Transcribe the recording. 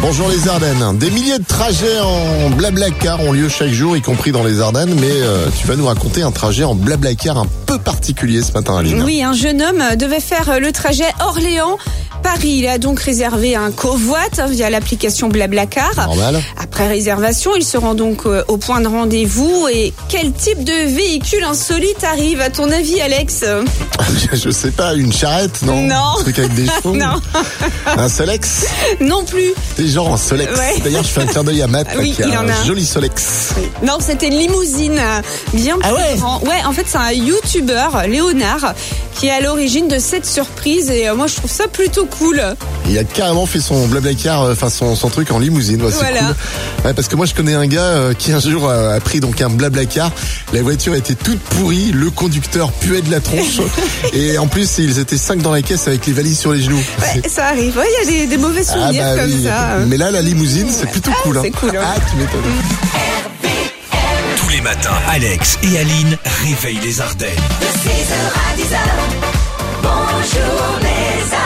Bonjour les Ardennes. Des milliers de trajets en blablacar ont lieu chaque jour, y compris dans les Ardennes. Mais euh, tu vas nous raconter un trajet en blablacar un peu particulier ce matin, Aline. Oui, un jeune homme devait faire le trajet Orléans. Paris, il a donc réservé un covoit hein, via l'application Blablacar. Normal. Après réservation, il se rend donc euh, au point de rendez-vous. Et quel type de véhicule insolite arrive, à ton avis, Alex Je sais pas, une charrette, non Non. Un truc avec des chevaux Non. Un Solex Non plus. Des gens en Solex. Ouais. D'ailleurs, je fais un clin d'œil à Matt Ah oui, qui a il un en a un. joli Solex. Non, c'était une limousine euh, bien plus Ah ouais grand. Ouais, en fait, c'est un youtubeur, Léonard, qui est à l'origine de cette surprise. Et euh, moi, je trouve ça plutôt cool. Il a carrément fait son blablacar, euh, enfin son, son truc en limousine, ouais, c'est Voilà. cool. Ouais, parce que moi je connais un gars euh, qui un jour euh, a pris donc un blablacar. La voiture était toute pourrie, le conducteur puait de la tronche et en plus ils étaient cinq dans la caisse avec les valises sur les genoux. Ouais, ça arrive. Ouais, Il y a des, des mauvais Ah souvenirs bah comme oui. ça. Mais là la limousine c'est plutôt Ah, cool. hein. c'est cool, hein. Ah tu m'étonnes. Tous les matins, Alex et Aline réveillent les Ardennes. De 6h à 10h, bonjour les Ardennes.